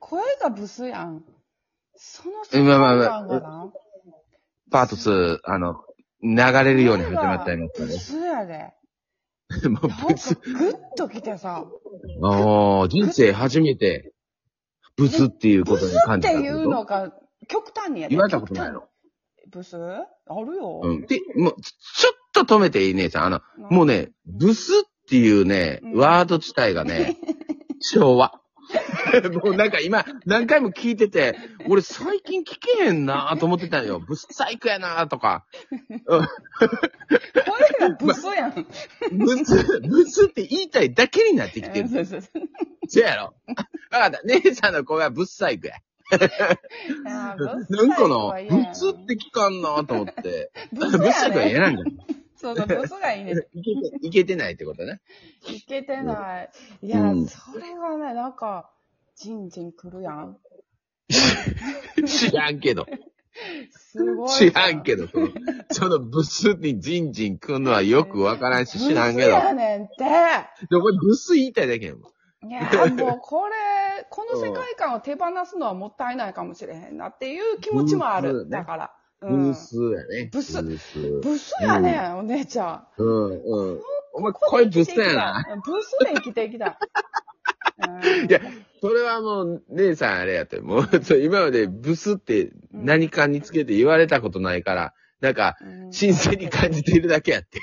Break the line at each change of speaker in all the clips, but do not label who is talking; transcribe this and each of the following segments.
声がブスやん。その
うんまあまあまあ
感がな
パート2、あの、流れるように始まったりもした
ブ
ね。
スやで。
もう
なんか
ブス。
グッときてさ、
ああ、人生初めて、ブスっていうこ
ブ
とに
スっ
感じ
て
たってこと。
いうのが極端にやで
言われたことないの。
ブスあるよ。
うん。で、もう、ちょっと止めていい姉さん。あの、
なんか
もうね、ブスっていうね、
うん
ワード自体 がね、昭和。 もうなんか今、何回も聞いてて、俺最近聞けへんなと思ってたんよ。ブスサイクやなとか。
声がブス やん。
ブス、ブスって言いたいだけになってきてる。
そうそうそう
そやろ。あわかった。姉さんの子がブスサイクや。
あーブス
なんか
は
な、
嫌や
ブスって聞かんなと思って。
ブ
ブ
ス
ス
や
サイクはええ
ね。
なんか。
そうそう、ブスがいいね。
いけていけてないってことね。
いけてない。いや、
うん
それはね、なんか、じんじん来るやん。
知らんけど。
すごい。
知らん
ど。
けど、その、そのブスにジンジン来んのはよくわからんし、知らんけど。
やねんって。い
で、これブス言いたいだけやもん。
や、もうこれ、この世界観を手放すのはもったいないかもしれへんなっていう気持ちもあ
ブス
る。
ね
だから。うん
ブスやね。
ブス
ブス。
ブスやねん、お姉ちゃん。
うん、うん。お前、これブスやな。
うん。ブスで生きていきたい。うん
いや、それはもう、姉さんあれやって、もう、そう今までブスって何かにつけて言われたことないから、なんか、
うん
新鮮に感じているだけやって。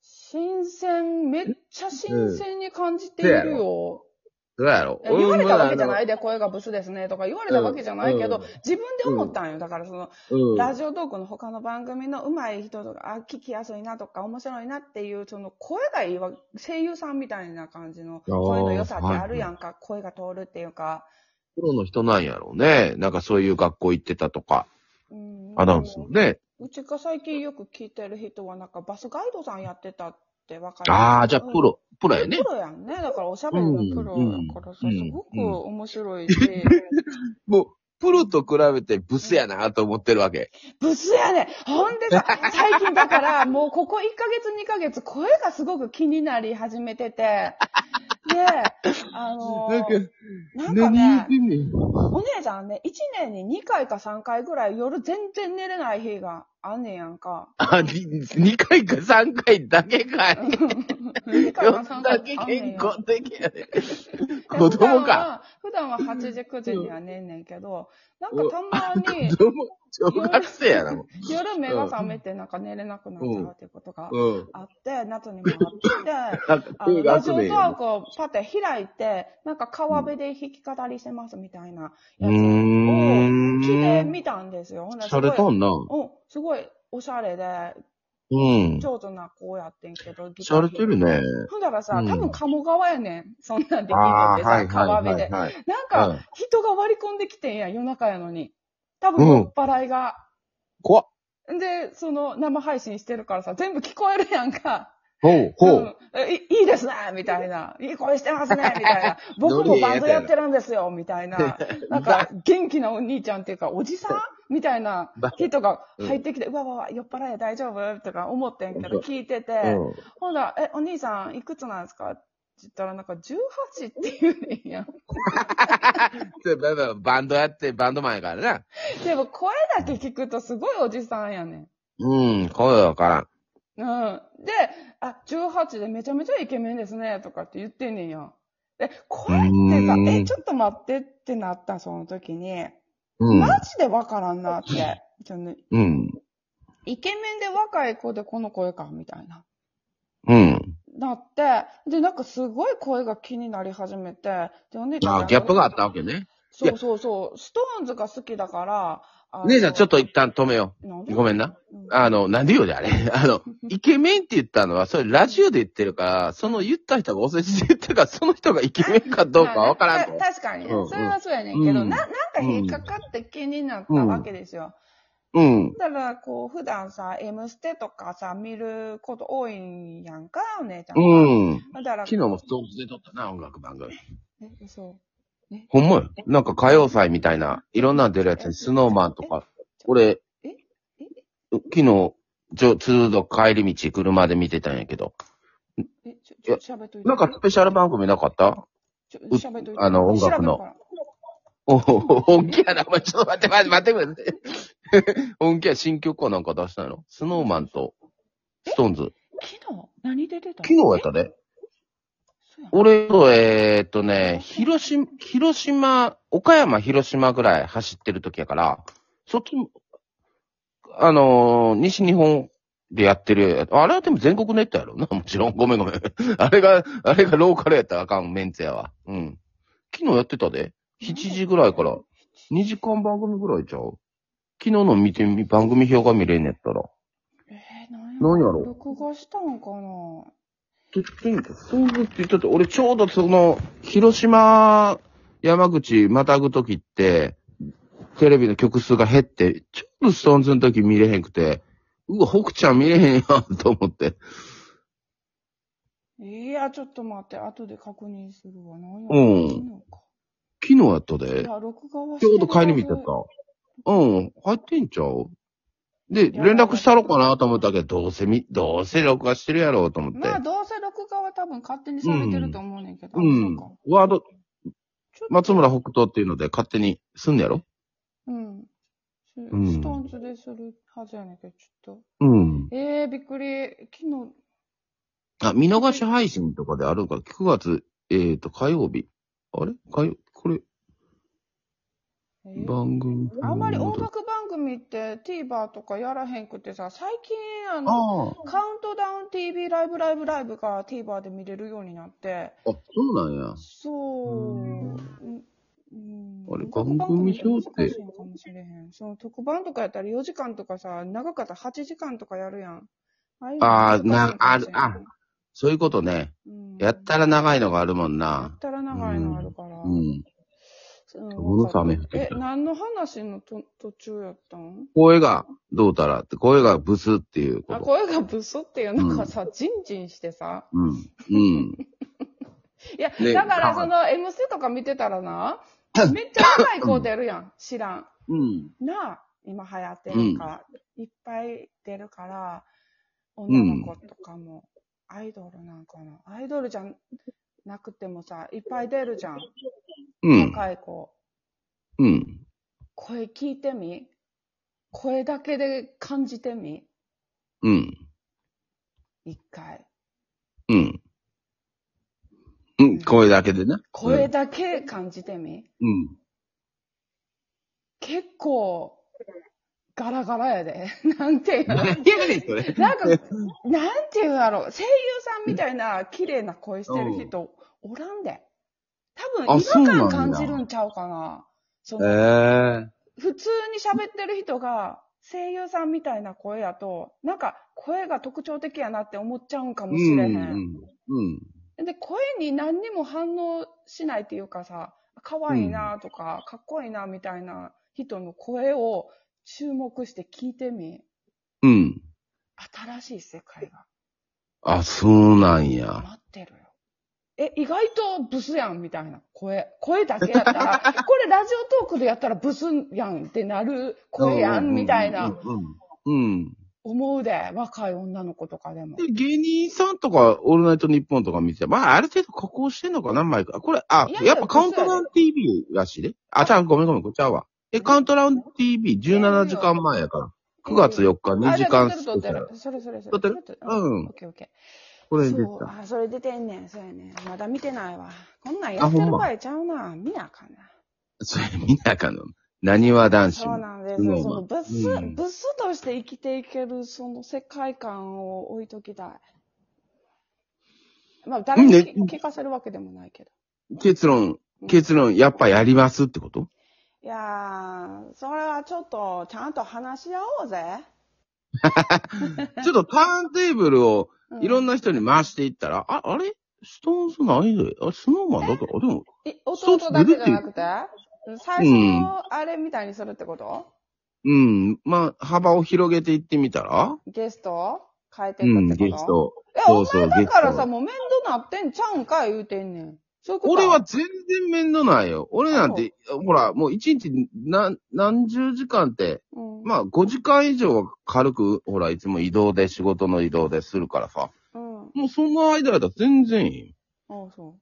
新鮮、めっちゃ新鮮に感じているよ。
どうやろ。
言われたわけじゃないいで、声がブスですねとか言われたわけじゃないけど、
うん
自分で思ったんよ。だからその、
うん。
ラジオトークの他の番組の上手い人とか、あ、聞きやすいなとか、面白いなっていう、その声がいいわ、声優さんみたいな感じの声の良さってあるやんか、声が通るっていうか。
プロの人なんやろうね。なんかそういう学校行ってたとか、
うん
アナウンスのね。
うちが最近よく聞いてる人は、なんかバスガイドさんやってたってわかる。
ああ、じゃあプロ、プロやね
プ。ロやんね。だからおしゃべりのプロだからさ、
うん
すごく
うん
面白いし。
もう、プロと比べてブスやなと思ってるわけ。
ブスやねほんでさ、最近だから、もうここ1ヶ月2ヶ月、声がすごく気になり始めてて、で、あのー、なんかね、
んねん。
お姉ちゃんね、1年に2回か3回ぐらい夜全然寝れない日があんねやんか。
あ、に2回か3回だけかい。
2回か
ど
3
ん
回
だ
あ
け
んねん
健
や
康的やね。
で
子供か。
普段は、普段は8時9時には寝んねんけど、なんかたま に
子供、小学生やな、も
夜目が覚めてなんか寝れなくなっちゃうっていうことが
う。うん。
あって、夏にもあって、
なんか、
あの、
声
ラ
が
ジ
集
オ
め
ト
んや
ー
な
クをパテ開いて、なんか川辺で弾き語りしてますみたいな
う
やつを着て
ーん。
みたんですよ。ほんならす
さ
ごい
れたんな。
うん、すごいおしゃれで、
うん。
上手な子やってんけど、ギター
されてるね。
ほんだらさ
う、ん
多分鴨川やねん。そんなんで聞いて
ああ、
て
は
さ、
い
川
はい
辺
はい
で。
はい。
なん
う
か
ん、
人が割り込んできてんや、夜中やのに。多
う
分、
ん
酔っ払いが。
怖っ。
で、その、生配信してるからさ、全部聞こえるやんか。
ほう、ほう。
うんえいいいですねみたいな。いい声してます ねみたいな。僕
ノ
も
リえ
バン
えやつ
ド
やな
やってるんですよみたい な。なんか、元気なお兄ちゃんっていうか、おじさんみたいな
バ
人が入ってきて、うわわわ、酔っ払い大丈夫とか思ってんけど、聞いてて、
うん。
ほんだら、え、お兄さんいくつなんですかって言ったら、なんか18って言うねんやん。
でまあまあバンドやって、バンドマンやからな。
でも、声だけ聞くとすごいおじさんやねん。
うん、声わからん。
うん。で、あ、18でめちゃめちゃイケメンですね、とかって言ってんねんや。で、これってさ
う、ん
え、ちょっと待ってってなった、その時に。
うん
マ。ジでわからんなって。ちょね
うん。
イケメンで若い子でこの声か、みたいな。
うん。
なって、で、なんかすごい声が気になり始めて、で、お姉ちゃん
あ
が
ギャップがあったわけね。
そうそうそう。ストーンズが好きだから、あの
姉さん、ちょっと一旦止めよ
なん
う。
で
ごめんな。
うん
あの、なんでよであれ。 あの、イケメンって言ったのは、それラジオで言ってるから、その言った人がお世辞で言ってるから、その人がイケメンかどうかわからん
まあね
と
た。確かにね
うんう。ん
それはそうやねんけど、
うん
な、なんか引っかかって気になったわけですよ。
うん。
だから、こう、普段さ、M ステとかさ、見ること多いんやんか、お姉ちゃん。
うん。
だから、
昨日もストーンズで撮ったな、音楽番組。
え、嘘。
ほんまよ。なんか歌謡祭みたいな、いろんなん出るやつに、スノーマンとか。俺、昨日、ちょ、通度帰り道、車で見てたんやけど。
え、ちょ、ちょ、喋っといて。
なんかスペシャル番組なかった
ちょ、喋っといて。
あの音楽の
調べるから。
お本気やな、お前、ちょっと待って、待って、待って くれ。本気や、新曲かなんか出したいのスノーマンと、ストーンズ。
昨日何で出たの
昨日やったで。
そうやん
俺と、えーっとね、広島、広島、岡山、広島ぐらい走ってる時やから、そっちも、あのー西日本でやってるやつあれはでも全国ネットやろな、 もちろん。ごめんごめん。あれが、あれがローカルやったらあかん、メンツやわ。うん。昨日やってたで。7時ぐらいから、2時間番組ぐらいちゃう昨日の見てみ、番組表が見れんねやったら。
えー、何
何やろ
録画したんかな
ととにかく、そうって言ったって、俺ちょうどその、広島、山口、またぐときって、テレビの曲数が減って、ちょうどストーンズの時見れへんくて、うわ、北ちゃん見れへんやんと思って。
いや、ちょっと待って、後で確認するわ。何や
うん
昨日か
昨日やった
い
で。
や、録画は
ちょうど帰り見ちゃっ
は
た。うん、入ってんちゃうで、連絡したろかなと思ったけど、どうせみ、どうせ録画してるやろうと思っ
ず
て。
まあ、どうせ録画は多分勝手にされてると思うねんけど。
う
あそ
ん
か。
ワード、
ちょっと
松村北斗っていうので勝手にすんねやろ
うん。ス
ん
ストーンズでするはずやねんけど、ちょっ
うん。
と。ええー、びっくり。昨日、
あ、見逃し配信とかであるのか、9月、えーと、火曜日。あれ火曜、これ、
えー
番組。
あんまり音楽番組って TVer とかやらへんくてさ、最近、あの、
あ
カウントダウン TV ライブライブライブが TVer で見れるようになって、
あ、あ、そうなんや。
そうう
う。
ん
あれ番組表って
難しいんかもしれへん。その特番とかやったら4時間とかさ、長かったら8時間とかやるやん。ああいうのちょ
あー
っと
な
あるかもしれん
あるそういうことね。
うん
やったら長いのがあるもん
や
な
っ。たら長いのあるから。
うん。
うん
ものすごい雨降ってきた
え、何の話のと途中やったん
声が、どうたらって、声がブスっていうこ
あ、
と。
声がブスっていう、なんかさ、ジンジンしてさ。
うん。 うん。
いや、
ね
だから
か
その MC とか見てたらな、 めっちゃ若い子出るやん。知らん。
うん。
なあ、今流行ってるから、いっぱい出るから、女の子とかも、アイドルなんかな。アイドルじゃなくてもさ、いっぱい出るじゃん。
うん。
若い子。
うん。
声聞いてみ声だけで感じてみ
うん。
一回。
うん。うん。声だけでな。
声だけ感じてみ、
うん。
結構、ガラガラやで。 なんていう の
何やねん、それ。
なんか、なんていうんだろう。声優さんみたいな綺麗な声してる人、おらんで。多分、
あ
違
そうなん
和
だ
感感じるんちゃうかな。そ
ええ
の普通に喋ってる人が、声優さんみたいな声やと、なんか声が特徴的やなって思っちゃうんかもしれへ
うん
ん。
うん。
で、声に何にも反応しないっていうかさ、可愛いなとか、かっこいいなみたいな人の声を注目して聞いてみ。
うん。
新しい世界が
あ、そうなんや。
待ってるよ。え、意外とブスやんみたいな声。声だけやったら、 これラジオトークでやったらブスやんってなる声やんみたいな
うん。うん。
思うで、若い女の子とかでも。
で芸人さんとか、オールナイトニッポンとか見てたら、まあ、ある程度加工してんのかな、マイク。あこれ、あ
いや、いや
やっぱカウントダウン TV らしいね。あ、ちゃうごめんごめん、こっちゃうわ。え、カウントダウン TV17 時間前やから。9月4日、2時間
あ
ス
じゃあ撮っ
ペシ
て
ャ
る撮って
ル。
る。それそれそれ。
撮ってる
撮って
うん
オッケーオッケー。
これ出て
そう
た。
あ、それ出てんねん、そうやねん。まだ見てないわ。こんなんや
あ
って
ほん
る
ま
場合ちゃうな。見なあかんな。
それ見なあかんの。なにわ男子
そう
も。
なんです。
スノーマン
そのブス、
うん
ブスとして生きていける、その世界観を置いときたい。まあ、誰に
ね
聞聞かせるわけでもないけど。
結論
う、ん
結論、やっぱやりますってこと
いやー、それはちょっと、ちゃんと話し合おうぜ。
ちょっとターンテーブルを、
う
いろん
な、
な人に回していったら、あ、あれストーンズないで。あ、スノーマンだけあ、でも、
い弟だけじゃなくて最初のあれみたいにするってこと、
うん。まあ、幅を広げていってみたら
ゲストを変えて
う
い
ん、
くってこと、
ゲスト。
え、
そう
お
そう
前だから
ゲス
さ、
ト
もう面倒なってんちゃうんか言うてんねん。そういうこと
俺は、全然面倒ないよ。俺なんて、ほら、もう一日何、何十時間って、
うん、
まあ5時間以上は軽く、ほら、いつも移動で、仕事の移動でするからさ。
うん。あ、
もうその間だったら全然いいよ。
そ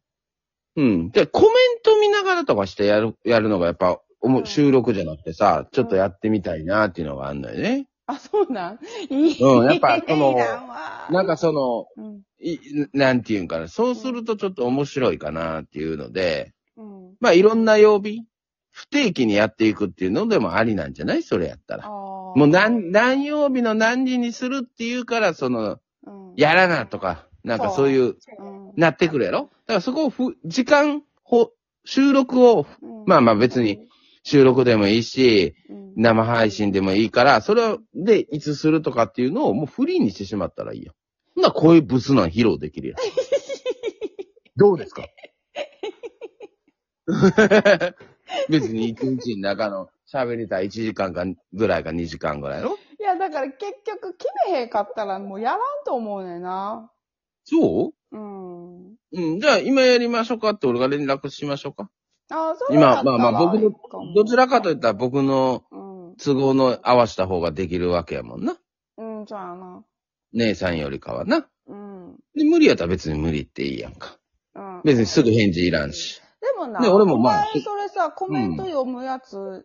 う。
うん。で、コメント見ながらとかしてやる、やるのがやっぱ、おも
うん
収録じゃなくてさ、ちょっとやってみたいなっていうのがあんのよね。
あ、そうなんいい。
うんやっぱその
いいなわ
なんかその、
うん。
い、なんていうんかな。そうするとちょっと面白いかなっていうので、
うん。
まあいろんな曜日、不定期にやっていくっていうのでもありなんじゃないそれやったら。
も
もう何、何曜日の何時にするっていうから、その、
うん、
やらなとか、なんかそういう、
うん、
なってくるやろだからそこをふ、時間、ほ、収録を、まあまあ別に収録でもいいし、
うん、
生配信でもいいから、それでいつするとかっていうのをもうフリーにしてしまったらいいよ。ほんならこういうブスなん披露できるやん。 どうですか 別に一日の中の喋りたい1時間かぐらいか2時間ぐらいの
いや、だから結局決めへんかったらもうやらんと思うねんな。
そう
うん。
うん、じゃあ今やりましょうかって俺が連絡しましょうか。
あ、そう
今、まあまあ僕の、どちらかとい
い
ったら僕の
うん。
都合の合わせた方ができるわけやもんな。
うん、そうやな。
姉さんよりかはな。
うん。
で、無理やったら別に無理っていいやんか。
うん。
別にすぐ返事いらんし。
でもな、
ね俺もまあ
お前それさ、コメント読むやつ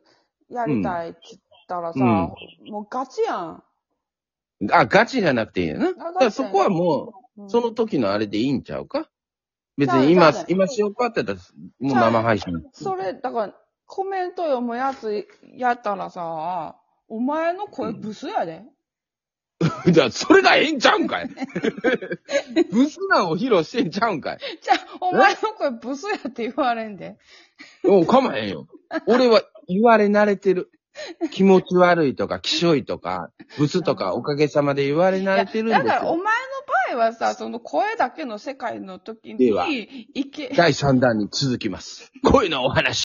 やりたいって言ったらさ、
うん
もうガチやん。
あ、ガチじゃなくていいよな。だからそこはも
う
う、
ん
その時のあれでいいんちゃうか別
そう
に今
そうだよ、
今しようかって言ったら、もう生配信。
それ、だから、コメント読むやつやったらさ、お前の声ブスやで。
じゃあ、それがええんちゃうんかい ブスなんを披露してんちゃうんかい
じゃあ、お前の声ブスやって言われんで。
もうかまへんよ。俺は言われ慣れてる。気持ち悪いとか、きしょいとか、ブスとか、おかげさまで言われ慣れてるん
だ
で
か
す
ら、お
よ。
前の場合はさ、その声だけの世界の時
では
に、いけ、
第3弾に続きます。恋のお話。